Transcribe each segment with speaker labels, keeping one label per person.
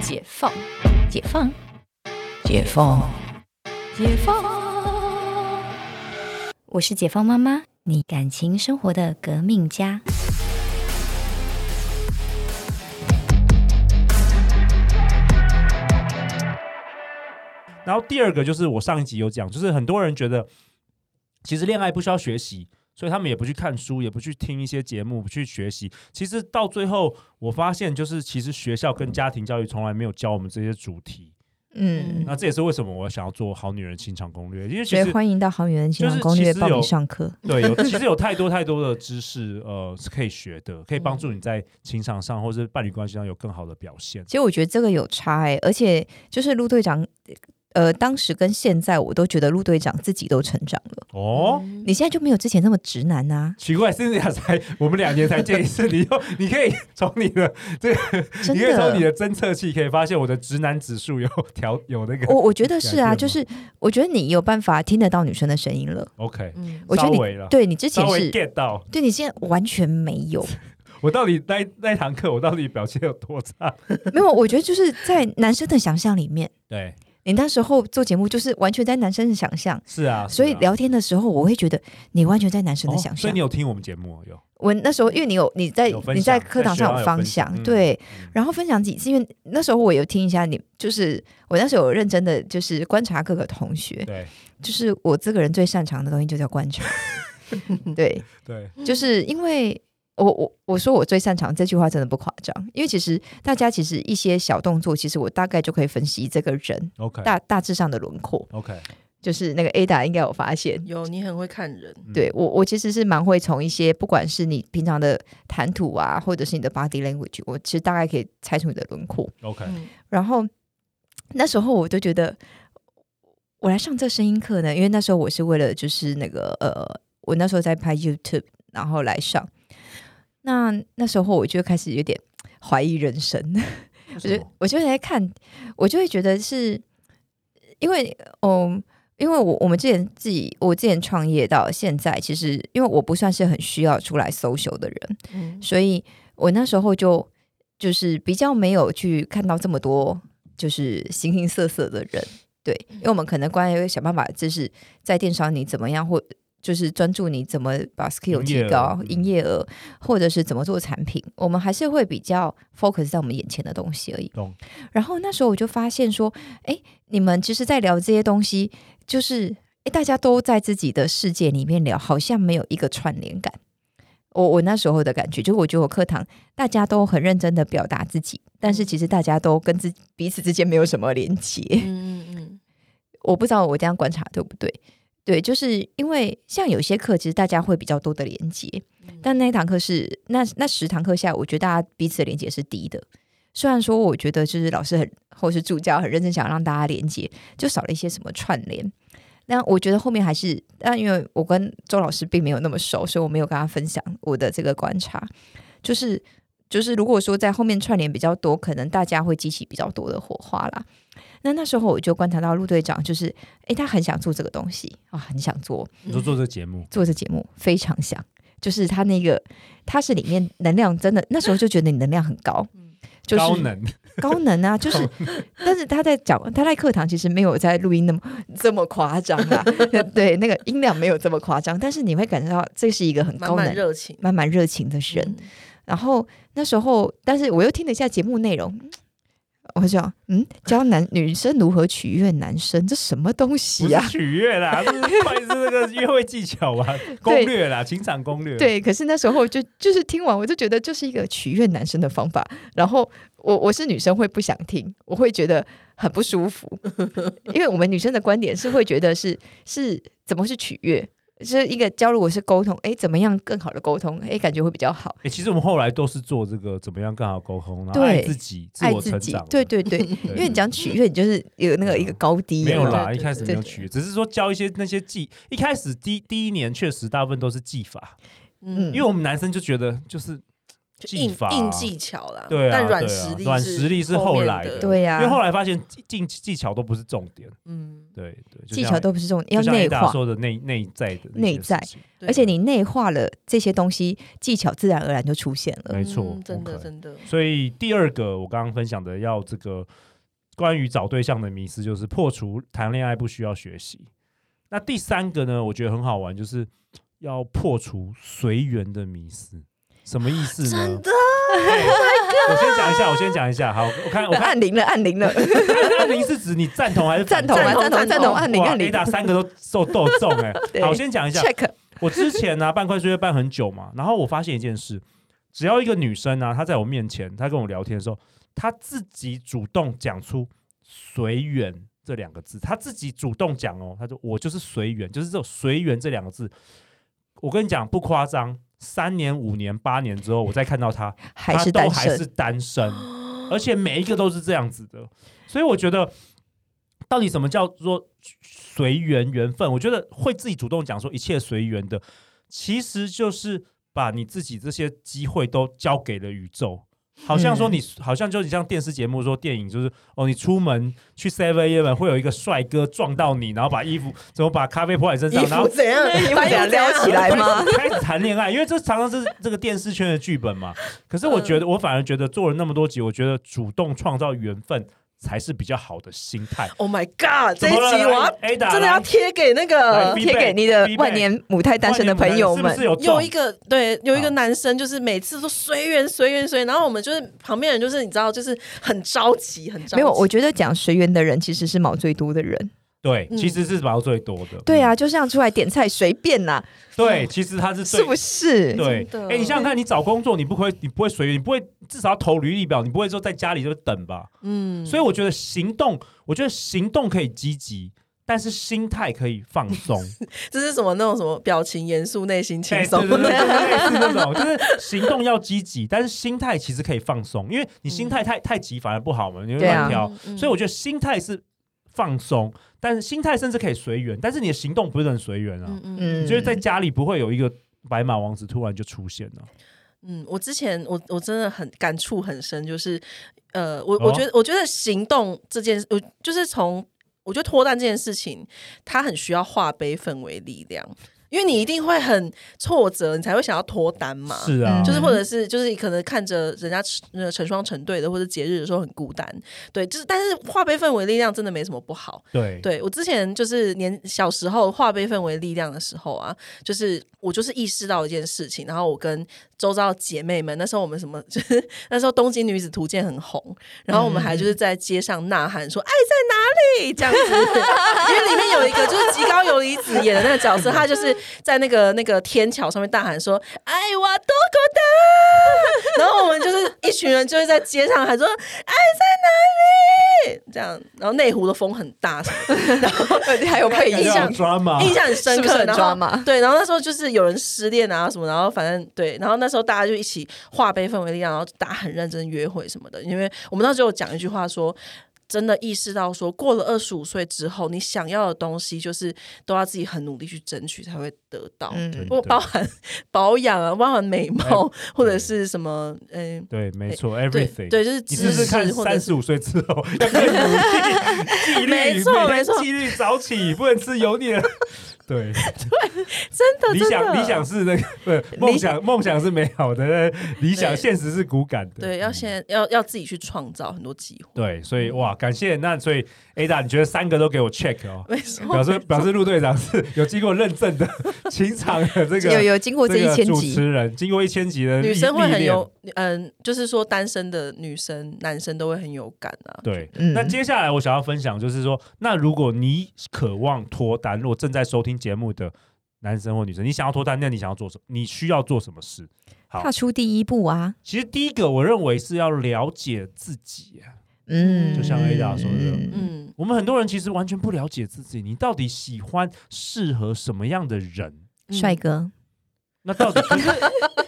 Speaker 1: 解放，解放，解放，解放。
Speaker 2: 我是解放妈妈，你感情生活的革命家。
Speaker 3: 然后第二个就是我上一集有讲，就是很多人觉得其实恋爱不需要学习，所以他们也不去看书，也不去听一些节目，不去学习。其实到最后，我发现就是其实学校跟家庭教育从来没有教我们这些主题。
Speaker 4: 嗯，
Speaker 3: 那这也是为什么我想要做《好女人情场攻略》，因为其
Speaker 4: 所以
Speaker 3: 实
Speaker 4: 欢迎到好女人情感攻略
Speaker 3: 就是其实
Speaker 4: 报
Speaker 3: 有
Speaker 4: 名上课。
Speaker 3: 对，有其实有太多太多的知识，呃，是可以学的，可以帮助你在情场上或是伴侣关系上有更好的表现。
Speaker 4: 其实我觉得这个有差哎、而且就是陆队长，呃，当时跟现在我都觉得陆队长自己都成长了。
Speaker 3: 哦，
Speaker 4: 你现在就没有之前那么直男 啊，
Speaker 3: 奇怪，甚至才我们两年才见一次，你又你可以从你的
Speaker 4: 真
Speaker 3: 你可以从你
Speaker 4: 的。
Speaker 3: 的侦测器可以发现我的直男指数有调有那个
Speaker 4: 我我觉 得是
Speaker 3: 改变吗
Speaker 4: 啊，就是我觉得你有办法听得到女生的声音了。
Speaker 3: OK，
Speaker 1: 嗯，
Speaker 4: 我觉得你
Speaker 3: 稍微了啊
Speaker 4: 对你之前
Speaker 3: 稍微
Speaker 4: 是，
Speaker 3: get 到
Speaker 4: 对你现在完全没有，
Speaker 3: 我到底那一那一堂课我到底表现有多差？
Speaker 4: 没有。我觉得就是在男生的想象里面，
Speaker 3: 对，
Speaker 4: 你那时候做节目就是完全在男生的想象，
Speaker 3: 是啊，
Speaker 4: 所以
Speaker 3: 是啊
Speaker 4: 聊天的时候我会觉得你完全在男生的
Speaker 3: 哦
Speaker 4: 想
Speaker 3: 所
Speaker 4: 象。
Speaker 3: 以你有听我们节目哦有
Speaker 4: 我那时候因为你有你在
Speaker 3: 有分享
Speaker 4: 你在课堂
Speaker 3: 在
Speaker 4: 上
Speaker 3: 学校有
Speaker 4: 方
Speaker 3: 分
Speaker 4: 向
Speaker 3: 享，嗯
Speaker 4: 对，
Speaker 3: 嗯
Speaker 4: 然后分享几次，因为那时候我有听一下你，就是我那时候有认真的就是观察各个同学，
Speaker 3: 对
Speaker 4: 就是我这个人最擅长的东西就叫观 察，对，
Speaker 3: 对
Speaker 4: 就是因为。我我我说我最擅长这句话真的不夸张，因为其实大家其实一些小动作，其实我大概就可以分析这个人
Speaker 3: OK
Speaker 4: 大大致上的轮廓，
Speaker 3: OK，
Speaker 4: 就是那个 Ada 应该有发现，
Speaker 1: 有你很会看人，
Speaker 3: 嗯
Speaker 4: 对我，我其实是蛮会从一些不管是你平常的谈吐啊，或者是你的 body language，我其实大概可以猜出你的轮廓。
Speaker 3: OK，
Speaker 1: 嗯，
Speaker 4: 然后那时候我就觉得，我来上这声音课呢，因为那时候我是为了就是那个呃，我那时候在拍 YouTube，然后来上。那那时候我就开始有点怀疑人生，
Speaker 3: 我
Speaker 4: 我就我就来看，我就会觉得是因为嗯。因为我我们之前自己，我之前创业到现在，其实因为我不算是很需要出来 social 的人，
Speaker 1: 嗯
Speaker 4: 所以我那时候就就是比较没有去看到这么多就是形形色色的人，对，
Speaker 3: 嗯
Speaker 4: 因为我们可能关于想办法，就是在电商你怎么样或。就是专注你怎么把 skill
Speaker 3: 营
Speaker 4: 提
Speaker 3: 业额
Speaker 4: 高，
Speaker 3: 嗯
Speaker 4: 营业额，或者是怎么做产品，我们还是会比较 focus 在我们眼前的东西而已。
Speaker 3: 懂
Speaker 4: 然后那时候我就发现说，哎，你们其实，在聊这些东西，就是哎，大家都在自己的世界里面聊，好像没有一个串联感。我我那时候的感觉，就我觉得我课堂大家都很认真的表达自己，但是其实大家都跟自彼此之间没有什么连接。
Speaker 1: 嗯嗯嗯，
Speaker 4: 我不知道我这样观察对不对？对，就是因为像有些课，其实大家会比较多的连接，但那一堂课是那那十堂课下来，我觉得大家彼此的连接是低的。虽然说我觉得就是老师很或是助教很认真想让大家连接，就少了一些什么串联。那我觉得后面还是，但因为我跟周老师并没有那么熟，所以我没有跟他分享我的这个观察。就是就是，如果说在后面串联比较多，可能大家会激起比较多的火花啦。那那时候我就观察到陆队长，就是诶，他很想做这个东西啊，很想做，
Speaker 3: 你说做这节目
Speaker 4: 做这节目非常想，就是他那个他是里面能量真的，那时候就觉得你能量很高，
Speaker 1: 嗯
Speaker 4: 就是
Speaker 3: 高能
Speaker 4: 高能啊，就是，但是他在讲他在课堂其实没有在录音那么这么夸张啊， 对，那个音量没有这么夸张，但是你会感觉到这是一个很
Speaker 1: 满
Speaker 4: 高
Speaker 1: 满
Speaker 4: 能、
Speaker 1: 热情，
Speaker 4: 满满热情的人。
Speaker 1: 嗯，
Speaker 4: 然后那时候，但是我又听了一下节目内容。嗯我想，嗯，教男女生如何取悦男生，这什么东
Speaker 3: 不
Speaker 4: 西
Speaker 3: 是
Speaker 4: 呀、
Speaker 3: 取悦啦， 这是到底是这个约会技巧吧？攻略啦，情场攻略。，
Speaker 4: 对，可是那时候就就是听完，我就觉得就是一个取悦男生的方法。然后我我是女生会不想听，我会觉得很不舒服， 因为我们女生的观点是会觉得是是怎么是取悦，是一个教如果是沟通，哎，怎么样更好的沟通，哎，感觉会比较好，
Speaker 3: 哎，其实我们后来都是做这个怎么样更好沟通，然后
Speaker 4: 对
Speaker 3: 爱自己、自
Speaker 4: 爱
Speaker 3: 我
Speaker 4: 自
Speaker 3: 成
Speaker 4: 己
Speaker 3: 长。，
Speaker 4: 对 对对，
Speaker 3: 对，
Speaker 4: 因为你讲取悦，你就是有那个一个高低，
Speaker 3: 没有
Speaker 4: 嘛
Speaker 1: 了
Speaker 3: 啦，
Speaker 1: 对
Speaker 3: 一
Speaker 1: 对
Speaker 3: 开始没有
Speaker 4: 对
Speaker 3: 取悦，只是说教一些那些技。一开始第第一年确实大部分都是技法，
Speaker 1: 嗯
Speaker 3: 因为我们男生就觉得就是
Speaker 5: 就
Speaker 3: 技
Speaker 5: 硬
Speaker 3: 法啊
Speaker 5: 硬技巧啦，
Speaker 3: 对啊，
Speaker 5: 但软
Speaker 3: 对啊
Speaker 5: 实力
Speaker 3: 软
Speaker 5: 是
Speaker 3: 实力是后
Speaker 5: 面
Speaker 3: 来的
Speaker 5: 的，
Speaker 4: 对啊呀、
Speaker 3: 因为后来发现技技技巧都不是重点，
Speaker 5: 嗯，
Speaker 3: 对对，就
Speaker 4: 技
Speaker 3: 像
Speaker 4: 巧都不是重点，
Speaker 3: 就
Speaker 4: 要
Speaker 3: 像
Speaker 4: 内
Speaker 3: Ada
Speaker 4: 化，
Speaker 3: 说的内内在的那
Speaker 4: 内
Speaker 3: 些事
Speaker 4: 在
Speaker 3: 情，
Speaker 5: 对
Speaker 4: 而且你内化了这些东西，技巧自然而然就出现了。
Speaker 3: 没错
Speaker 5: 嗯，真的
Speaker 3: OK
Speaker 5: 真的，
Speaker 3: 所以第二个我刚刚分享的要这个关于找对象的迷思，就是破除谈恋爱不需要学习。那第三个呢，我觉得很好玩，就是要破除随缘的迷思。什么意思呢
Speaker 5: 真？ 的，Oh
Speaker 3: 我先讲一下，我先讲一下。好，我看我看
Speaker 4: 按铃了，按铃了，
Speaker 3: 按铃是指你 赞同还是
Speaker 4: 赞同啊，
Speaker 5: 赞同
Speaker 4: 赞同，
Speaker 5: 赞
Speaker 4: 赞
Speaker 5: 同
Speaker 4: 同，按铃，按铃
Speaker 3: a 三个都受都中 哎、
Speaker 4: 对
Speaker 3: 好，我先讲一下，
Speaker 4: ，check，
Speaker 3: 我之前呢、办快速约办很久嘛，然后我发现一件事，只要一个女生呢、啊她在我面前，她跟我聊天的时候，她自己主动讲出“随缘”这两个字，她自己主动讲哦，她说我就是随缘，就是这种“随缘”这两个字。我跟你讲不夸张，三年、五年、八年之后，我再看到她，
Speaker 4: 还
Speaker 3: 她
Speaker 4: 是
Speaker 3: 都
Speaker 4: 单
Speaker 3: 还
Speaker 4: 身
Speaker 3: 是，单身，而且每一个都是这样子的，所以我觉得。到底什么叫做随缘缘分？我觉得会自己主动讲说一切随缘的，其实就是把你自己这些机会都交给了宇宙。好像说你，
Speaker 4: 嗯
Speaker 3: 好像就你像电视节目说电影，就是哦，你出门去 Seven Eleven 会有一个帅哥撞到你，然后把衣服怎么把咖啡泼在你身上，
Speaker 5: 衣
Speaker 3: 然后
Speaker 5: 服怎样，
Speaker 4: 把
Speaker 5: 衣服
Speaker 4: 俩
Speaker 5: 怎样
Speaker 4: 撩起来吗？
Speaker 3: 开始谈恋爱，因为这常常是这个电视圈的剧本嘛。可是我觉
Speaker 5: 嗯
Speaker 3: 得，我反而觉得做了那么多集，我觉得主动创造缘分才是比较好的心态。
Speaker 5: Oh my god！这
Speaker 3: 怎
Speaker 5: 一
Speaker 3: 么了哎
Speaker 5: 集我要
Speaker 3: Ada，
Speaker 5: 真的要
Speaker 3: 来
Speaker 5: 贴给那
Speaker 3: 来
Speaker 5: 个
Speaker 3: 必
Speaker 4: 贴给呃你的
Speaker 3: 必备
Speaker 4: 万年母胎单身的朋友
Speaker 3: 是不
Speaker 4: 们
Speaker 3: 是，有
Speaker 5: 有
Speaker 3: 中
Speaker 5: 一个对有一
Speaker 3: 好
Speaker 5: 个男生，就是每次都随缘随缘随缘，然后我们就是旁边人就是你知道，就是很着急很着急。
Speaker 4: 没有，我觉得讲随缘的人其实是毛最多的人。
Speaker 3: 对，
Speaker 5: 嗯
Speaker 3: 其实是毛最多的。嗯
Speaker 4: 对啊，就像出来点菜随便呐，
Speaker 3: 对，其实他是最
Speaker 4: 是不是？
Speaker 3: 对
Speaker 5: 真，的
Speaker 3: 哎，你想想看，你找工作，你不会，你不会随缘，你不会至少要投履历表，你不会说在家里就等吧？
Speaker 5: 嗯
Speaker 3: 所以我觉得行动，我觉得行动可以积极，但是心态可以放松。
Speaker 5: 这是什么那种什么表情严肃，内心轻
Speaker 3: 哎
Speaker 5: 松
Speaker 3: 对。对对对对类似那种，就是行动要积极，但是心态其实可以放松，因为你心态太太急反而不好嘛，你会
Speaker 4: 对啊
Speaker 3: 乱跳。
Speaker 5: 嗯
Speaker 3: 所以我觉得心态是放松，但是心态甚至可以随缘，但是你的行动不是很随缘啊。
Speaker 5: 嗯嗯
Speaker 4: 嗯，
Speaker 3: 你就是在家里不会有一个白马王子突然就出现啊了、
Speaker 5: 嗯，我之前我我真的很感触很深，就是呃，我
Speaker 3: 哦
Speaker 5: 我觉得我觉得行动这件事，我就是从我觉得脱单这件事情，它很需要化悲愤为力量，因为你一定会很挫折，你才会想要脱单嘛。
Speaker 3: 是啊，
Speaker 4: 嗯
Speaker 5: 就是或者是就是你可能看着人家成呃成双成对的，或者节日的时候很孤单，对，就是但是化悲愤为力量真的没什么不好。
Speaker 3: 对
Speaker 5: 对我之前就是年小时候化悲愤为力量的时候啊，就是我就是意识到一件事情，然后我跟周遭姐妹们，那时候我们什么，就是 那时候《东京女子图鉴》很红，然后我们还就是在街上呐喊说“爱在哪里”这样子，因为里面有一个就是极高游离子演的那个角色，他就是在那个那个天桥上面大喊说“爱我多孤单”，然后我们就是一群人就是在街上喊说“爱在哪里”这样，然后内湖的风很大，
Speaker 4: 呃还有
Speaker 3: 感
Speaker 4: 配音
Speaker 3: 觉
Speaker 5: 印
Speaker 3: 好
Speaker 5: 象
Speaker 3: drama，
Speaker 5: 印象很深
Speaker 4: 是
Speaker 5: 刻，
Speaker 4: 不是很
Speaker 5: 然后
Speaker 4: 抓马？
Speaker 5: 对，然后那时候就是有人失恋啊什么，然后反正对，然后那时候大家就一起化悲愤为力量，然后大家很认真约会什么的。因为我们那时候有讲一句话说，真的意识到说，过了二十五岁之后，你想要的东西就是都要自己很努力去争取才会得到。
Speaker 4: 嗯，
Speaker 5: 不
Speaker 3: 对
Speaker 5: 包含保养啊，包含美貌或者是什么，嗯、
Speaker 3: 对，没错
Speaker 5: 对
Speaker 3: ，everything。
Speaker 5: 对，就是
Speaker 3: 你
Speaker 5: 知
Speaker 3: 试试看，
Speaker 5: 识或者
Speaker 3: 三
Speaker 5: 是
Speaker 3: 十五岁之后 要更努力，纪律，
Speaker 5: 没错
Speaker 3: 每天
Speaker 5: 没错
Speaker 3: 纪律早起，不能吃油腻 的。对，
Speaker 5: 真的
Speaker 3: 理
Speaker 5: 真
Speaker 3: 想
Speaker 5: 的
Speaker 3: 理想是那个，不是梦想梦想是美好的，理想现实是骨感的。嗯
Speaker 5: 对，要先要要自己去创造很多机会，
Speaker 3: 对，所以哇，感谢那所以 Ada，你觉得三个都给我 check 哦，
Speaker 5: 没错，
Speaker 3: 表示表示陆队长是有经过认证的 情场的这
Speaker 4: 有
Speaker 3: 个
Speaker 4: 有经过这一
Speaker 3: 个
Speaker 4: 千
Speaker 3: 主
Speaker 4: 集，
Speaker 3: 持人，经过一千集的
Speaker 5: 女
Speaker 3: 历
Speaker 5: 生会
Speaker 3: 历
Speaker 5: 很
Speaker 3: 练
Speaker 5: 有，嗯、就是说单身的女生、男生都会很有感啊。
Speaker 3: 对。
Speaker 4: 嗯
Speaker 3: 那接下来我想要分享就是说，那如果你渴望脱单，如果正在收听节目的男生或女生，你想要脱单，那你想要做什么？你需要做什么事？好
Speaker 4: 踏出第一步啊，
Speaker 3: 其实第一个，我认为是要了解自己啊。
Speaker 4: 嗯，
Speaker 5: 就像
Speaker 3: Ada 说的
Speaker 4: 嗯
Speaker 5: 嗯，
Speaker 3: 我们很多人其实完全不了解自己，你到底喜欢适合什么样的人？
Speaker 5: 嗯
Speaker 4: 帅哥，
Speaker 3: 那到底 可是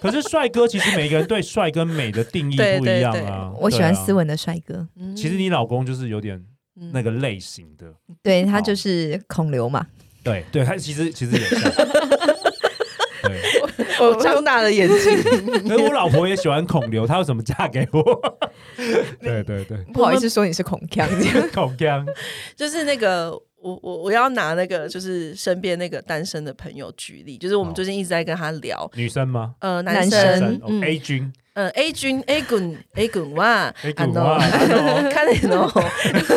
Speaker 3: 可是帅哥，其实每个人对帅跟美的定义
Speaker 5: 对
Speaker 3: 不一样
Speaker 5: 对对
Speaker 3: 啊。
Speaker 4: 我喜欢
Speaker 3: 对啊
Speaker 4: 斯。文的帅哥，
Speaker 5: 嗯
Speaker 3: 其实你老公就是有点
Speaker 5: 嗯
Speaker 3: 那个类型的，
Speaker 4: 对
Speaker 3: 好
Speaker 4: 他就是孔刘嘛，
Speaker 3: 对对，他其实其实也像。对，
Speaker 5: 我张大了眼睛。
Speaker 3: 可是我老婆也喜欢孔刘，她要怎么嫁给我？ 对对对，
Speaker 4: 不好意思说你是孔 锵这样。
Speaker 3: 孔锵，
Speaker 5: 就是那个我我我要拿那个就是身边那个单身的朋友举例，就是我们
Speaker 3: 好
Speaker 5: 最近一直在跟他聊，
Speaker 3: 女生吗？
Speaker 5: 呃，
Speaker 4: 男
Speaker 5: 生，
Speaker 3: 哦生哦
Speaker 5: 嗯
Speaker 3: A 君，
Speaker 5: 呃，A 君 A 滚 A 滚哇
Speaker 3: A
Speaker 5: 啊
Speaker 3: 滚
Speaker 5: no，
Speaker 3: 哇
Speaker 5: 啊 no，看 你哦，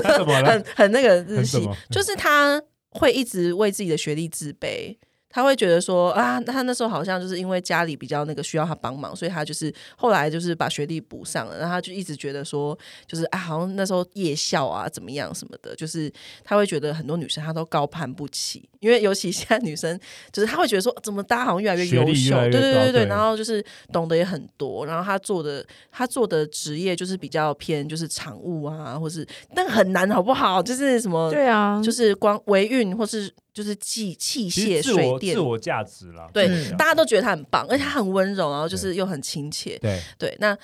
Speaker 3: 她怎么了
Speaker 5: 很？很那个日
Speaker 3: 很什
Speaker 5: 系
Speaker 3: 么，
Speaker 5: 就是他会一直为自己的学历自卑。他会觉得说啊，他那时候好像就是因为家里比较那个需要他帮忙，所以他就是后来就是把学历补上了，然后他就一直觉得说，就是啊，好像那时候夜校啊怎么样什么的，就是他会觉得很多女生她都高攀不起，因为尤其现在女生就是他会觉得说，怎么大家好像越来越
Speaker 3: 学
Speaker 5: 优
Speaker 3: 历
Speaker 5: 秀，
Speaker 3: 越来越
Speaker 5: 对对
Speaker 3: 高
Speaker 5: 对对，
Speaker 3: 对
Speaker 5: 然后就是懂得也很多，然后他做的他做的职业就是比较偏就是厂务啊，或是但很难好不好？就是什么
Speaker 4: 啊
Speaker 5: 就是是光维运或是就是器器
Speaker 3: 其
Speaker 5: 械、
Speaker 3: 实自
Speaker 5: 水
Speaker 3: 我
Speaker 5: 电
Speaker 3: 自，我价值啦，
Speaker 5: 对
Speaker 3: 自我价值
Speaker 5: 大家都觉得他很棒，而且他很温柔，然后就是又很亲切。
Speaker 3: 对
Speaker 5: 对，那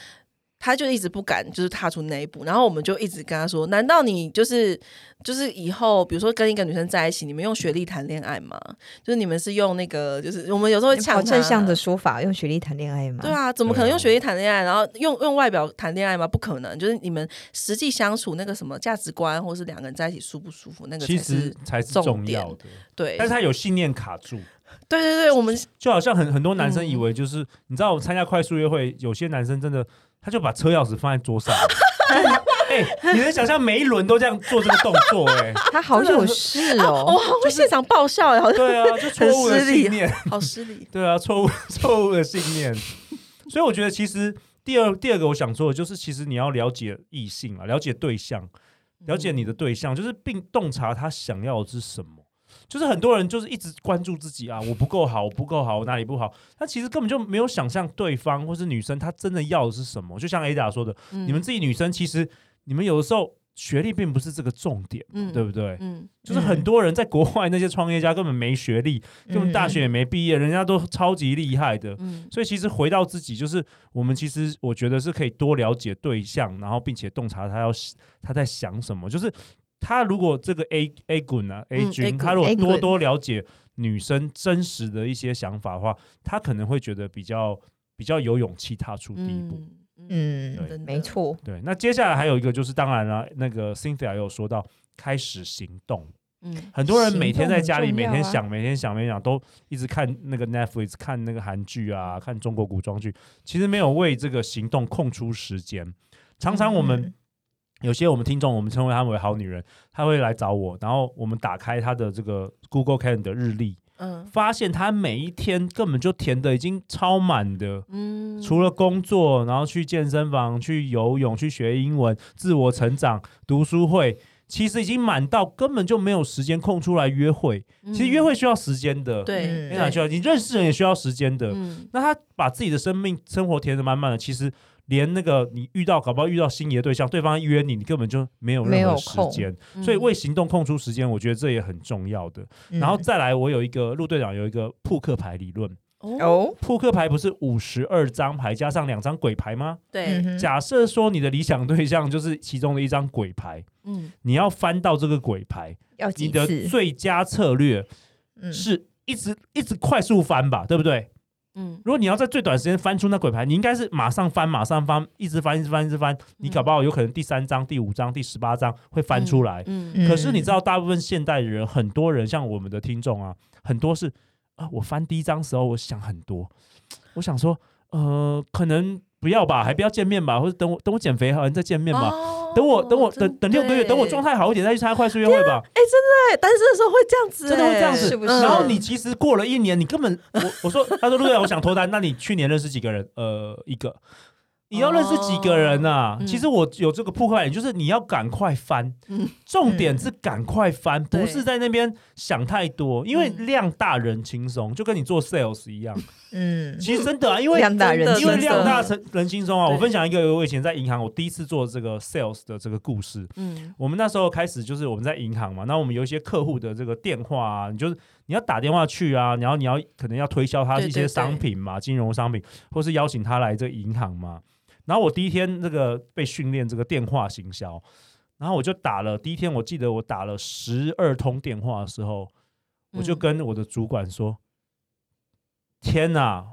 Speaker 5: 他就一直不敢就是踏出那一步，然后我们就一直跟他说：难道你就是就是以后比如说跟一个女生在一起，你们用学历谈恋爱吗？就是你们是用那个就是我们有时候会
Speaker 4: 好
Speaker 5: 抢啊
Speaker 4: 正向的说法，用学历谈恋爱嘛？
Speaker 5: 对，啊，怎么可能用学历谈恋爱，然后用用外表谈恋爱吗？不可能，就是你们实际相处那个什么价值观，或是两个人在一起舒不舒服，那个才
Speaker 3: 其实
Speaker 5: 是
Speaker 3: 才是
Speaker 5: 重
Speaker 3: 重
Speaker 5: 点
Speaker 3: 要的。
Speaker 5: 对。
Speaker 3: 但是他有信念卡住，
Speaker 5: 对对对，我们哦
Speaker 3: 就好像很很多男生
Speaker 5: 嗯
Speaker 3: 以为就是，你知道我参加快速约会，有些男生真的他就把车钥匙放在桌 上。哎、你能想象每一轮都这样做这个动作、哎，
Speaker 4: 他好有事哦。
Speaker 5: 好会现场爆笑哎，好
Speaker 3: 对啊，就错误的
Speaker 5: 很失礼啊
Speaker 3: 信念，
Speaker 5: 好失礼。
Speaker 3: 对啊，错误错误的信 念。所以我觉得其实第二第二个我想说的就是，其实你要了解异性啊，了解对象，
Speaker 5: 嗯
Speaker 3: 了解你的对象，就是并洞察他想要的是什么。就是很多人就是一直关注自己啊，我不够好，我不够好，我哪里不好？他其实根本就没有想象对方或是女生她真的要的是什么。就像 Ada 说的，
Speaker 5: 嗯
Speaker 3: 你们自己女生其实你们有的时候学历并不是这个重点，
Speaker 5: 嗯
Speaker 3: 对不对？
Speaker 5: 嗯，
Speaker 3: 就是很多人在国外那些创业家根本没学历，
Speaker 4: 嗯
Speaker 3: 根本大学也没毕业，人家都超级厉害的。
Speaker 5: 嗯
Speaker 3: 所以其实回到自己，就是我们其实我觉得是可以多了解对象，然后并且洞察他要他在想什么。就是他如果这个 A A 滚啊 A
Speaker 5: 嗯，A
Speaker 3: 君，
Speaker 5: 滚
Speaker 3: 他如果
Speaker 4: A
Speaker 3: 多
Speaker 4: 滚
Speaker 3: 多了解女生真实的一些想法的话，他可能会觉得比较比较有勇气踏出第一步。
Speaker 5: 嗯嗯，
Speaker 4: 嗯，
Speaker 5: 对
Speaker 4: 没错，
Speaker 3: 对，那接下来还有一个就是，当然了、那个 Cynthia 也有说到开始行动。
Speaker 5: 嗯
Speaker 3: 很多人
Speaker 4: 行
Speaker 3: 每天
Speaker 4: 动
Speaker 3: 在
Speaker 4: 很
Speaker 3: 家里，
Speaker 4: 重
Speaker 3: 每
Speaker 4: 要
Speaker 3: 天
Speaker 4: 啊
Speaker 3: 想，每天想，每天想，都一直看那个 Netflix，看那个韩剧啊，看中国古装剧，其实没有为这个行动空出时间。常常我们、
Speaker 4: 嗯
Speaker 3: 有些我们听众，我们称为他们为好女人，她会来找我，然后我们打开她的这个 Google Calendar 日历，
Speaker 5: 嗯
Speaker 3: 发现她每一天根本就填的已经超满的。
Speaker 5: 嗯，
Speaker 3: 除了工作，然后去健身房、去游泳、去学英文、自我成长、读书会，其实已经满到根本就没有时间空出来约会。
Speaker 5: 嗯
Speaker 3: 其实约会需要时间的，，
Speaker 5: 对，
Speaker 4: 嗯
Speaker 3: 非常需
Speaker 5: 对
Speaker 3: 要。你认识人也需要时间的。
Speaker 5: 嗯
Speaker 3: 那他把自己的生命生活填得满满的，其实连那个你遇到搞不好遇到心仪的对象，对方约你，你根本就没有
Speaker 4: 没
Speaker 3: 任
Speaker 4: 有
Speaker 3: 何时
Speaker 4: 空
Speaker 3: 间。
Speaker 5: 嗯
Speaker 3: 所以为行动空出时间，我觉得这也很重要的。
Speaker 4: 嗯
Speaker 3: 然后再来，我有一个陆队长有一个扑克牌理论。
Speaker 5: 哦，
Speaker 4: 哦，
Speaker 3: 扑克牌不是五十二张牌加上两张鬼牌吗？
Speaker 5: 对，
Speaker 4: 嗯哼
Speaker 3: 假设说你的理想对象就是其中的一张鬼牌，
Speaker 5: 嗯
Speaker 3: 你要翻到这个鬼牌，
Speaker 4: 要
Speaker 3: 你
Speaker 4: 几
Speaker 3: 的
Speaker 4: 次？
Speaker 3: 最佳策略
Speaker 4: 嗯
Speaker 3: 是一直一直快速翻吧，对不对？
Speaker 5: 嗯
Speaker 3: 如果你要在最短时间翻出那鬼牌，你应该是马上翻，马上翻，一直翻，一直翻，一直翻。你
Speaker 5: 嗯
Speaker 3: 搞不好有可能第三张、第五张、第十八张会翻出来。
Speaker 5: 嗯
Speaker 3: 可是你知道，大部分现代人，很多人像我们的听众啊，很多是啊、我翻第一章时候，我想很多，我想说，呃，可能不要吧，还不要见面吧，或者等我等我减肥好，再见面吧。
Speaker 5: 哦
Speaker 3: 等我等我等
Speaker 5: 真
Speaker 3: 等六个月，
Speaker 5: 对
Speaker 3: 等我状态好一点再去参加快速约会吧，
Speaker 5: 对，单身的时候会这样子欸，
Speaker 3: 真的会这样子。
Speaker 4: 是不
Speaker 5: 是
Speaker 3: 然后你其实过了一年，你根本我我 说他说陆队长，我想脱单，那你去年认识几个人？呃，一个。你要认识几个人
Speaker 4: 哦
Speaker 3: 呐、啊？
Speaker 5: 嗯
Speaker 3: 其实我有这个破坏，就是你要赶快翻，
Speaker 5: 嗯
Speaker 3: 重点是赶快翻，
Speaker 4: 嗯
Speaker 5: 对
Speaker 3: 不是在那边想太多，因为
Speaker 5: 嗯
Speaker 3: 量大人轻松，就跟你做 sales 一 样。
Speaker 4: 嗯，
Speaker 3: 其实真的啊，因为
Speaker 4: 量大人
Speaker 5: 真的
Speaker 3: 因为
Speaker 4: 轻松
Speaker 3: 量大人人轻松啊。
Speaker 5: 对
Speaker 3: 我分享一个我以前在银行，我第一次做这个 sales 的这个故事。
Speaker 5: 嗯
Speaker 3: 我们那时候开始就是我们在银行嘛，那我们有一些客户的这个电话啊，你就是你要打电话去啊，然后你要可能要推销他
Speaker 5: 对
Speaker 3: 一些
Speaker 5: 对
Speaker 3: 商品嘛，金融商品，或是邀请他来这个银行嘛。然后我第一天那个被训练这个电话行销，然后我就打了第一天，我记得我打了十二通电话的时候，我就
Speaker 5: 嗯
Speaker 3: 跟我的主管说：“天哪，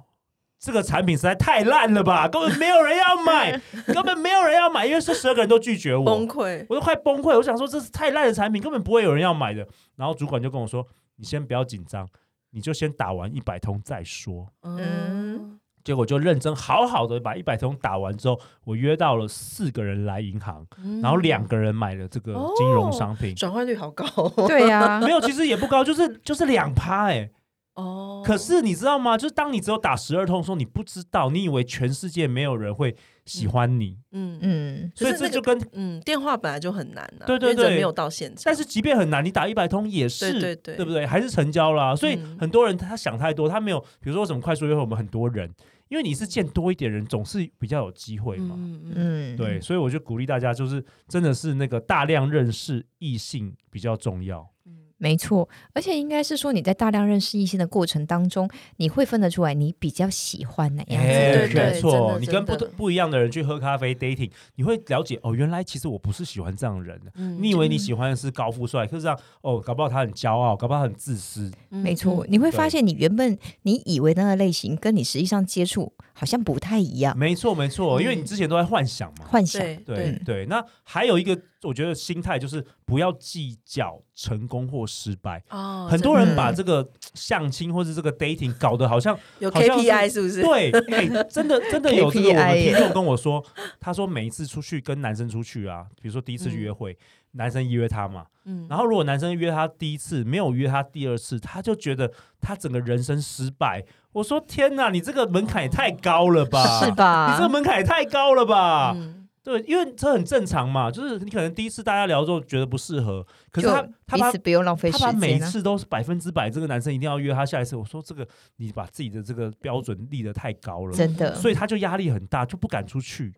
Speaker 3: 这个产品实在太烂了吧，根本没有人要 买，根本没有人要买，因为这十二个人都拒绝我
Speaker 5: 崩，溃。
Speaker 3: 我都快崩溃。我想说这是太烂的产品，根本不会有人要买的。然后主管就跟我说：“你先不要紧张，你就先打完一百通再说。”
Speaker 5: 嗯，
Speaker 3: 结果就认真好好的把一百通打完之后，我约到了四个人来银行，
Speaker 5: 嗯
Speaker 3: 然后两个人买了这个金融商品，
Speaker 5: 转换率好高。
Speaker 4: 对
Speaker 5: 啊
Speaker 4: 呀、
Speaker 3: 没有，其实也不高，就是就是两趴哎。
Speaker 5: 嗯哦，
Speaker 3: 可是你知道吗？就是当你只有打十二通的时候，你不知道，你以为全世界没有人会喜欢你，
Speaker 5: 嗯
Speaker 4: 嗯，
Speaker 5: 可
Speaker 3: 所
Speaker 5: 是
Speaker 3: 以这
Speaker 5: 那个
Speaker 3: 就跟、
Speaker 5: 嗯，电话本来就很难啊，
Speaker 3: 对对
Speaker 5: 因为人
Speaker 3: 对
Speaker 5: 没有到现场。
Speaker 3: 但是即便很难，你打一百通也是，
Speaker 5: 对对对
Speaker 3: 不对？还是成交啦、所以
Speaker 5: 嗯
Speaker 3: 很多人他想太多，他没有，比如说为什么快速约会我们很多人，因为你是见多一点人，总是比较有机会嘛。
Speaker 5: 嗯嗯
Speaker 4: 嗯，
Speaker 3: 对，，所以我就鼓励大家，就是真的是那个大量认识异性比较重要。
Speaker 5: 嗯
Speaker 4: 没错，而且应该是说你在大量认识异性的过程当中，你会分得出来你比较喜欢哪样子
Speaker 5: 哎
Speaker 4: 的
Speaker 5: 对对
Speaker 4: 人。
Speaker 3: 没
Speaker 5: 真
Speaker 3: 错，
Speaker 5: 的
Speaker 3: 你跟不
Speaker 5: 真的
Speaker 3: 不一样的人去喝咖啡 dating，你会了解哦，原来其实我不是喜欢这样的人的。
Speaker 5: 嗯
Speaker 3: 你以为你喜欢的是高富帅，可是这样哦，搞不好他很骄傲，搞不好他很自私。
Speaker 5: 嗯
Speaker 4: 没错，
Speaker 5: 嗯
Speaker 4: 你会发
Speaker 3: 对
Speaker 4: 现你原本你以为的那个类型，跟你实际上接触好像不太一样。
Speaker 3: 没错，没
Speaker 5: 嗯
Speaker 3: 错，因为你之前都在幻想嘛。
Speaker 4: 幻想，
Speaker 5: 对
Speaker 3: 对
Speaker 5: 对，
Speaker 3: 对，那还有一个，我觉得心态就是不要计较成功或失败。
Speaker 5: 哦
Speaker 3: 很多
Speaker 5: 真
Speaker 3: 人
Speaker 5: 的
Speaker 3: 把这个相亲或是这个 dating 搞得好像
Speaker 5: 有
Speaker 3: 好像是
Speaker 5: KPI 是不是？
Speaker 3: 对，哎、真的真的有这个我
Speaker 4: KPI
Speaker 3: 们
Speaker 4: 耶
Speaker 3: 听众跟我说，他说每一次出去跟男生出去啊，比如说第一次约会，男生约他嘛，
Speaker 5: 嗯，
Speaker 3: 然后如果男生约他第一次没有约他第二次，他就觉得他整个人生失败。我说天哪，你这个门槛也太高了吧？
Speaker 4: 是
Speaker 3: 你这个
Speaker 4: 吧？
Speaker 3: 门槛也太高了吧？
Speaker 5: 嗯
Speaker 3: 对，因为这很正常嘛，就是你可能第一次大家聊之后觉得不适合，可是
Speaker 4: 就
Speaker 3: 他他把
Speaker 4: 彼此不用浪费
Speaker 3: 他
Speaker 4: 时
Speaker 3: 把每一
Speaker 4: 间啊。
Speaker 3: 次都是百分之百，这个男生一定要约他下一次。我说这个你把自己的这个标准立得太高了，
Speaker 4: 真的，
Speaker 3: 所以他就压力很大，就不敢出去。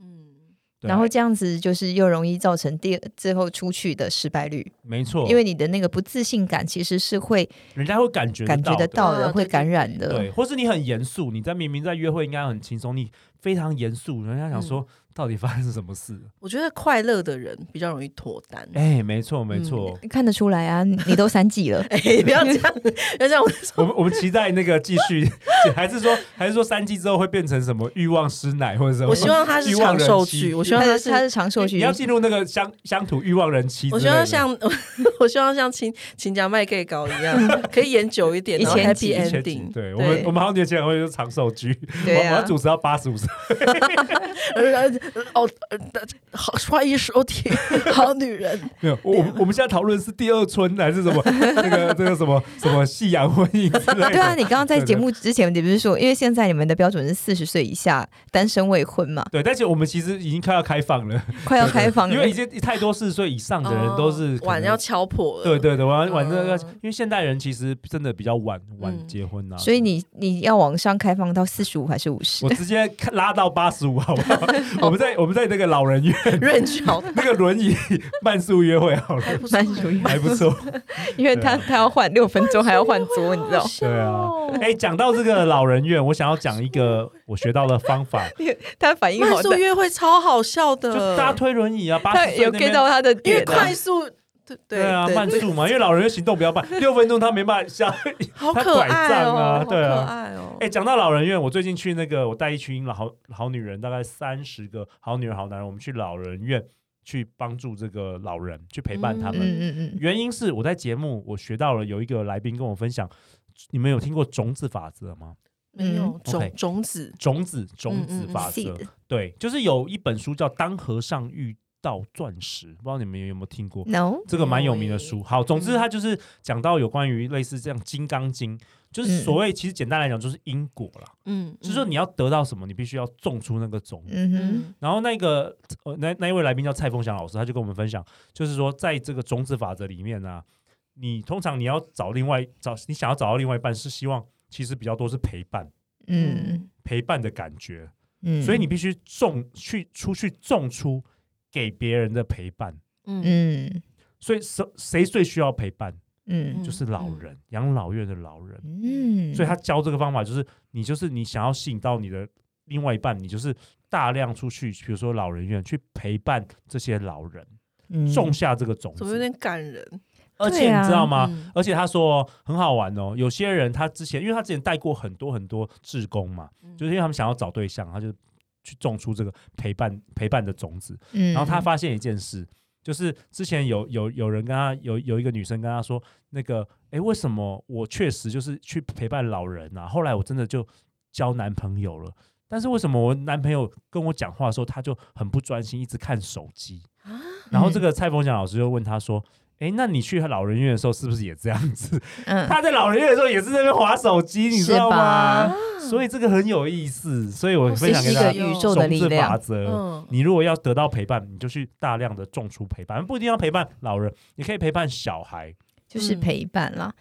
Speaker 5: 嗯，
Speaker 3: 对
Speaker 4: 然后这样子就是又容易造成第最后出去的失败率，
Speaker 3: 没错，
Speaker 4: 因为你的那个不自信感其实是会
Speaker 3: 人家会感觉
Speaker 4: 感觉
Speaker 3: 得
Speaker 4: 得
Speaker 3: 到
Speaker 4: 到
Speaker 5: 啊
Speaker 4: 的，
Speaker 5: 对
Speaker 4: 会
Speaker 5: 对
Speaker 4: 感
Speaker 5: 对
Speaker 4: 染
Speaker 3: 的。
Speaker 4: 的。
Speaker 3: 对，或是你很严肃，你在明明在约会应该很轻松，你非常严肃，人家
Speaker 4: 嗯
Speaker 3: 想说到底发生什么事？
Speaker 5: 我觉得快乐的人比较容易脱单。，
Speaker 3: 哎，没错，
Speaker 4: 嗯
Speaker 3: 没错。
Speaker 4: 看得出来啊，你你都三级了
Speaker 5: 哎，不要这样，要这样我
Speaker 3: 我们我们期待那个继续， 还是说还是说三季之后会变成什么欲望师奶或者什么？
Speaker 5: 我希望他是
Speaker 3: 欲望
Speaker 5: 长
Speaker 3: 人
Speaker 5: 寿
Speaker 3: 妻
Speaker 5: 剧，我希望
Speaker 4: 他
Speaker 5: 他
Speaker 4: 是
Speaker 5: 是
Speaker 4: 他是长 寿
Speaker 3: 你
Speaker 4: 剧
Speaker 3: 要，进入那个乡乡土欲望人妻之
Speaker 5: 我
Speaker 3: 类
Speaker 5: 希
Speaker 3: 的，
Speaker 5: 望像我希望像秦秦家麦盖高一
Speaker 4: 嗯
Speaker 5: 样，可以演久一点，
Speaker 4: 一
Speaker 5: 然后
Speaker 4: 千
Speaker 5: happy
Speaker 4: 集
Speaker 3: 一千集
Speaker 5: ending。
Speaker 3: 对我们我们好久前会说长寿剧，
Speaker 4: 对
Speaker 3: 我我要
Speaker 4: 啊，
Speaker 3: 主持到八十五岁，
Speaker 5: 呃呃哦，呃好欢迎收听好女人，
Speaker 3: 没有，我我
Speaker 5: 啊
Speaker 3: 们我们现在讨论是第二春还是什么 那个这个什么什么夕阳婚姻之类
Speaker 4: 对啊，
Speaker 3: 的。
Speaker 4: 你刚刚在
Speaker 3: 对对
Speaker 4: 节目之前，你不是说，因为现在你们的标准是四十岁以下单身未婚嘛，
Speaker 3: 对，但是我们其实已经快要开放了，
Speaker 4: 快要开放了，
Speaker 3: 因为已经太多四十岁以上的人都是可能
Speaker 5: 哦碗要敲破了。
Speaker 3: 对对对，晚晚这个
Speaker 5: 嗯，
Speaker 3: 因为现代人其实真的比较晚晚
Speaker 5: 嗯
Speaker 3: 结婚啊，
Speaker 4: 所以你你要往上开放到四十五还是五十
Speaker 3: 我？直接看拉到八十五好不好？我们在我们在那个老人院
Speaker 5: ，range 好
Speaker 3: 那个轮椅慢速约会好了，
Speaker 5: 还不错
Speaker 4: 蛮，属于，
Speaker 3: 还不错。
Speaker 4: 因为
Speaker 3: 啊
Speaker 4: 他他要换六分钟，还要换桌，你知道？
Speaker 3: 对啊，哎，讲到这个老人院，我想要讲一个我学到的方法，
Speaker 4: 他反应
Speaker 5: 慢
Speaker 4: 好
Speaker 5: 速
Speaker 4: 大，
Speaker 5: 约会超好笑的，
Speaker 3: 就大家推轮椅啊，八
Speaker 4: 他
Speaker 3: 十岁
Speaker 4: 有
Speaker 3: 那
Speaker 4: get
Speaker 3: 边。
Speaker 4: 到他的
Speaker 5: 因为
Speaker 4: 点啊
Speaker 5: 快速，对对
Speaker 3: 对啊，慢速嘛，因为老人院行动比较慢，六分钟他没办法下。
Speaker 5: 好
Speaker 3: 他
Speaker 5: 可
Speaker 3: 拐
Speaker 5: 爱
Speaker 3: 杖
Speaker 5: 哦，
Speaker 3: 啊
Speaker 5: 好
Speaker 3: 对
Speaker 5: 可
Speaker 3: 啊，
Speaker 5: 爱哦
Speaker 3: 哎，讲到老人院，我最近去那个，我带一群老好好女人，大概三十个好女人、好男人，我们去老人院去帮助这个老人，去陪伴他
Speaker 4: 嗯
Speaker 3: 们。
Speaker 4: 嗯嗯，
Speaker 3: 原因是我在节目我学到了，有一个来宾跟我分享，你们有听过种子法则吗？
Speaker 5: 没
Speaker 4: 嗯
Speaker 5: 有种
Speaker 3: OK
Speaker 5: 种子，
Speaker 3: 种子种子
Speaker 5: 嗯嗯
Speaker 3: 法则，
Speaker 4: seed
Speaker 3: 对，就是有一本书叫《当和尚遇到钻石》，不知道你们有没有听过？
Speaker 4: no，
Speaker 3: 这个蛮有名的书。好，总之它就是讲到有关于类似这样《金刚经》，就是所谓其实简单来讲就是因果啦，
Speaker 5: 嗯，
Speaker 3: 就是说你要得到什么，你必须要种出那个种子。
Speaker 4: 嗯哼，
Speaker 5: 嗯
Speaker 3: 然后那个呃那那一位来宾叫蔡凤祥老师，他就跟我们分享，就是说在这个种子法则里面呢、你通常你要找另外找你想要找到另外一半，是希望其实比较多是陪伴
Speaker 4: 嗯
Speaker 3: 陪伴的感觉，
Speaker 4: 嗯，
Speaker 3: 所以你必须种去出去种出给别人的陪伴。
Speaker 5: 嗯
Speaker 4: 嗯
Speaker 3: 所以谁谁最需要陪伴，
Speaker 4: 嗯
Speaker 3: 就是老
Speaker 5: 嗯
Speaker 3: 人，养老院的老人。
Speaker 4: 嗯，
Speaker 3: 所以他教这个方法就是，你就是你想要吸引到你的另外一半，你就是大量出去，比如说老人院去陪伴这些老人，
Speaker 4: 他嗯
Speaker 3: 种下这个种
Speaker 5: 嗯怎么有
Speaker 3: 子。
Speaker 5: 点感人？
Speaker 3: 而且你知道吗？
Speaker 5: 嗯
Speaker 3: 而且他说很好玩哦，有些人他之前，因为他之前带过很多很多志工嘛，就是因为他们想要找对象，他就去种出这个陪伴陪伴的种子。
Speaker 4: 嗯
Speaker 3: 然后他发现一件事，就是之前有有有人跟他有有一个女生跟他说，那个诶，为什么我确实就是去陪伴老人啊？后来我真的就交男朋友了，但是为什么我男朋友跟我讲话的时候，他就很不专心，一直看手机？
Speaker 4: 啊
Speaker 3: 然
Speaker 4: 嗯
Speaker 3: 后这个蔡逢祥老师就问他说。诶，那你去老人院的时候是不是也这样子？
Speaker 4: 嗯
Speaker 3: 他在老人院的时候也是在那边划手机，你知道
Speaker 4: 是
Speaker 5: 啊
Speaker 3: 吗？啊所以这个很有意思，所以我
Speaker 5: 哦
Speaker 3: 分享
Speaker 4: 这
Speaker 3: 给
Speaker 4: 是一
Speaker 3: 大
Speaker 4: 个
Speaker 3: 家。
Speaker 4: 宇宙的力
Speaker 3: 种子法
Speaker 4: 量，
Speaker 3: 则，
Speaker 5: 嗯
Speaker 3: 你如果要得到陪伴，你就去大量的种出陪伴，不一定要陪伴老人，你可以陪伴小孩。
Speaker 4: 就是
Speaker 5: 嗯
Speaker 4: 陪伴啦。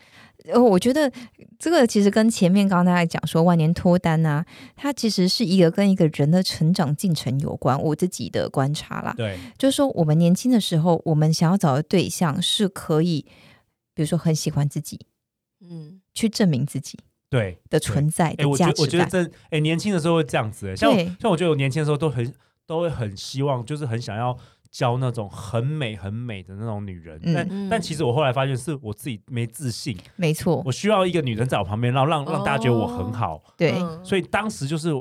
Speaker 4: 呃，我觉得这个其实跟前面刚刚大家讲说万年脱单啊，它其实是一个跟一个人的成长进程有关。我自己的观察啦，
Speaker 3: 对，
Speaker 4: 就是说我们年轻的时候，我们想要找的对象是可以，比如说很喜欢自己，
Speaker 5: 嗯，
Speaker 4: 去证明自己
Speaker 3: 对，
Speaker 4: 的存在
Speaker 3: 哎，
Speaker 4: 的
Speaker 3: 我觉
Speaker 4: 价
Speaker 3: 得我
Speaker 4: 值
Speaker 3: 觉得
Speaker 4: 感。
Speaker 3: 真，哎，年轻的时候会这样子，哎像我
Speaker 4: 对
Speaker 3: 像我觉得我年轻的时候都很都会很希望，就是很想要交那种很美很美的那种女人，
Speaker 4: 嗯
Speaker 3: 但
Speaker 5: 嗯
Speaker 3: 但其实我后来发现是我自己没自信，
Speaker 4: 没错，
Speaker 3: 我需要一个女人在我旁边，然后让让大家觉得我很好，
Speaker 4: 对，
Speaker 5: 嗯
Speaker 3: 所以当时就是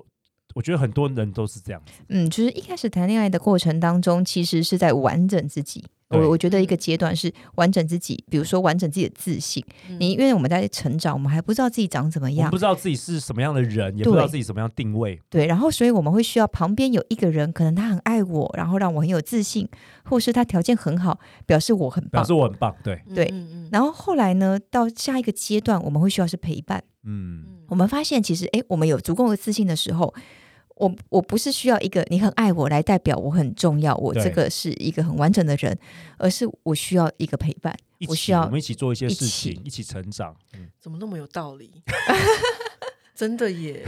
Speaker 3: 我觉得很多人都是这样子，
Speaker 4: 嗯，就是一开始谈恋爱的过程当中，其实是在完整自己。
Speaker 3: 对嗯
Speaker 4: 我我觉得一个阶段是完整自己，比如说完整自己的自信。
Speaker 5: 嗯
Speaker 4: 你因为我们在成长，我们还不知道自己长怎么
Speaker 3: 我们
Speaker 4: 样
Speaker 3: 不，知道自己是什么样的人，也不知道
Speaker 4: 对
Speaker 3: 自己什么样的定位，
Speaker 4: 对，然后所以我们会需要旁边有一个人，可能他很爱我，然后让我很有自信，或是他条件很好，表示我很
Speaker 3: 表
Speaker 4: 棒
Speaker 3: 示。我很棒，对，
Speaker 5: 嗯
Speaker 4: 对
Speaker 5: 嗯嗯
Speaker 4: 然后后来呢，到下一个阶段，我们会需要是陪伴。
Speaker 3: 嗯。
Speaker 5: 嗯
Speaker 4: 我们发现其实，诶，我们有足够的自信的时候，我我不是需要一个你很爱我来代表我很重要，我
Speaker 3: 对
Speaker 4: 这个是一个很完整的人，而是我需要一个陪伴。
Speaker 3: 一
Speaker 4: 我
Speaker 3: 起
Speaker 4: 需要
Speaker 3: 我们一起做一些
Speaker 4: 一
Speaker 3: 事情
Speaker 4: 起，
Speaker 3: 一起成长。嗯
Speaker 5: 怎么那么有道理？ 真的耶，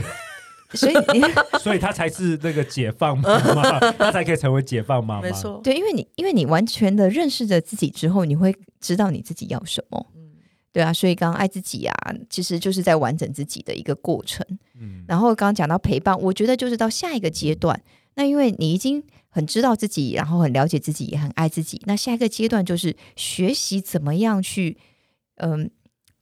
Speaker 4: 所以你，
Speaker 3: 所以她才是那个解放妈妈，她才可以成为解放妈妈。
Speaker 5: 没，错，
Speaker 4: 对，因为你因为你完全的认识着自己之后，你会知道你自己要什么。
Speaker 5: 嗯
Speaker 4: 对啊，所以刚刚爱自己啊，其实就是在完整自己的一个过程。
Speaker 3: 嗯，
Speaker 4: 然后刚刚讲到陪伴，我觉得就是到下一个阶段，那因为你已经很知道自己，然后很了解自己，也很爱自己，那下一个阶段就是学习怎么样去，嗯，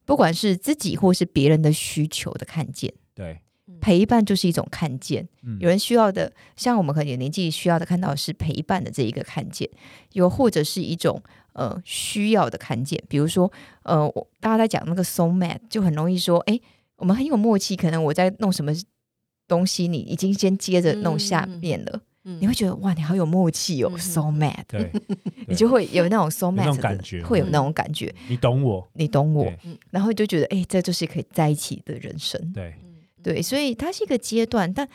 Speaker 4: 不管是自己或是别人的需求的看见，
Speaker 3: 对，
Speaker 4: 陪伴就是一种看见。
Speaker 3: 嗯
Speaker 4: 有人需要的，像我们可能有年纪需要的，看到的是陪伴的这一个看见，有或者是一种呃需要的看见，比如说呃，我大家在讲那个 soul mate，就很容易说，哎，我们很有默契，可能我在弄什么东西，你已经先接着弄下面了，
Speaker 5: 嗯
Speaker 4: 你会觉得哇，你好有默契哦、
Speaker 5: 嗯
Speaker 4: s o u l mate，
Speaker 3: 对，
Speaker 4: 你就会有那种 soul
Speaker 3: 有那
Speaker 4: mate
Speaker 3: 种
Speaker 4: 的
Speaker 3: 感觉
Speaker 4: 会有那种感觉，
Speaker 3: 你懂我，
Speaker 4: 你懂我
Speaker 3: 对，
Speaker 4: 然后就觉得，哎，这就是可以在一起的人生，
Speaker 3: 对，
Speaker 5: 嗯
Speaker 4: 对，所以它是一个阶段，但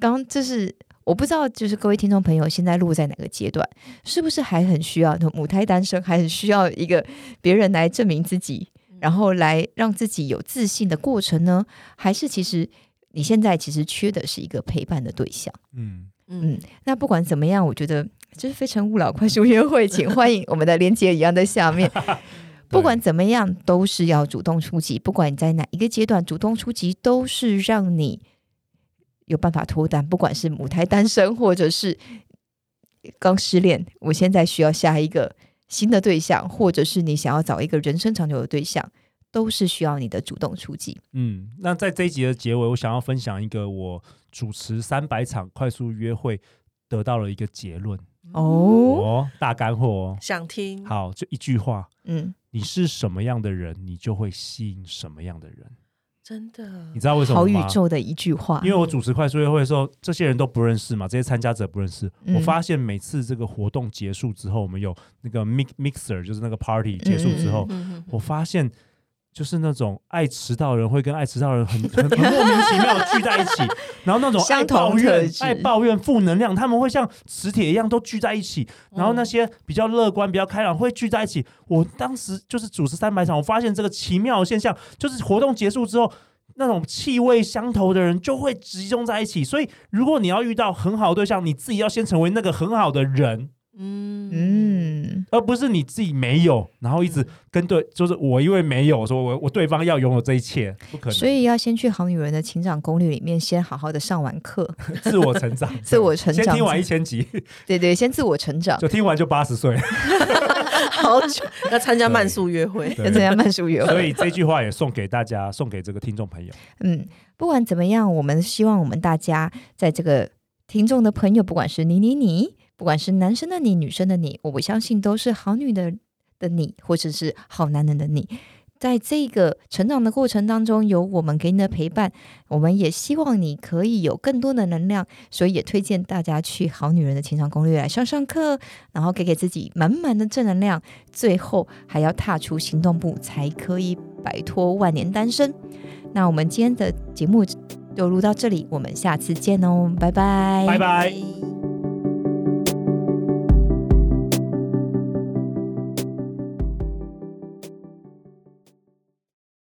Speaker 4: 刚刚就是我不知道，就是各位听众朋友现在录在哪个阶段，是不是还很需要母胎单身，还很需要一个别人来证明自己，然后来让自己有自信的过程呢？还是其实你现在其实缺的是一个陪伴的对象？
Speaker 3: 嗯，
Speaker 5: 嗯
Speaker 4: 那不管怎么样，我觉得这是非诚勿扰快速约会，请欢迎我们的连接一样在 下面。不管怎么样，都是要主动出击。不管你在哪一个阶段，主动出击都是让你有办法脱单。不管是母胎单身，或者是刚失恋，我现在需要下一个新的对象，或者是你想要找一个人生长久的对象，都是需要你的主动出击。
Speaker 3: 嗯，那在这一集的结尾，我想要分享一个我主持三百场快速约会得到了一个结论
Speaker 4: 哦，
Speaker 3: 哦，大干货哦。
Speaker 5: 想听，
Speaker 3: 好，就一句话，
Speaker 4: 嗯，
Speaker 3: 你是什么样的人，你就会吸引什么样的人。
Speaker 5: 真的，
Speaker 3: 你知道为什么
Speaker 4: 好宇
Speaker 3: 吗？
Speaker 4: 宙的一句话
Speaker 3: 因，为我主持快速约会的时候，这些人都不认识嘛，这些参加者不认识。
Speaker 4: 嗯
Speaker 3: 我发现每次这个活动结束之后，我们有那个 mix mixer，就是那个 party 结束之后，
Speaker 5: 嗯嗯
Speaker 3: 我发现就是那种爱迟到的人会跟爱迟到的人很 很 很莫名其妙地聚在一起，然后那种爱
Speaker 4: 相同
Speaker 3: 抱
Speaker 4: 特
Speaker 3: 怨、
Speaker 4: 质
Speaker 3: 爱抱怨、负能量，他们会像磁铁一样都聚在一起。
Speaker 4: 嗯
Speaker 3: 然后那些比较乐观、比较开朗会聚在一起。我当时就是主持三百场，我发现这个奇妙的现象，就是活动结束之后。那种气味相投的人就会集中在一起，所以如果你要遇到很好的对象，你自己要先成为那个很好的人，
Speaker 5: 嗯
Speaker 4: 嗯。
Speaker 3: 而不是你自己没有，然后一直跟对，就是我因为没有，说我我对方要拥有这一切，不可能，
Speaker 4: 所以要先去《好女人的情场攻略》里面先好好的上完课，
Speaker 3: 自我成长，
Speaker 4: 自我成长
Speaker 3: 先听完一千集，
Speaker 4: 对对，先自我成长。
Speaker 3: 就听完就八十岁，
Speaker 5: 好久要参加慢速约会。
Speaker 4: 跟 参
Speaker 3: 对
Speaker 4: 加慢速 约
Speaker 3: 所
Speaker 4: 会。
Speaker 3: 以这句话也送给大家，送给这个听众朋友。
Speaker 4: 嗯，不管怎么样，我们希望我们大家在这个听众的朋友，不管是你你你，不管是男生的你、女生的你，我相信都是好女的的你，或者是好男人的你。在这个成长的过程当中，有我们给你的陪伴，我们也希望你可以有更多的能量，所以也推荐大家去《好女人的情场攻略》来上上课，然后给给自己满满的正能量，最后还要踏出行动步，才可以摆脱万年单身。那我们今天的节目就录到这里，我们下次见哦，拜拜，
Speaker 5: 哎
Speaker 3: 拜拜。
Speaker 5: 拜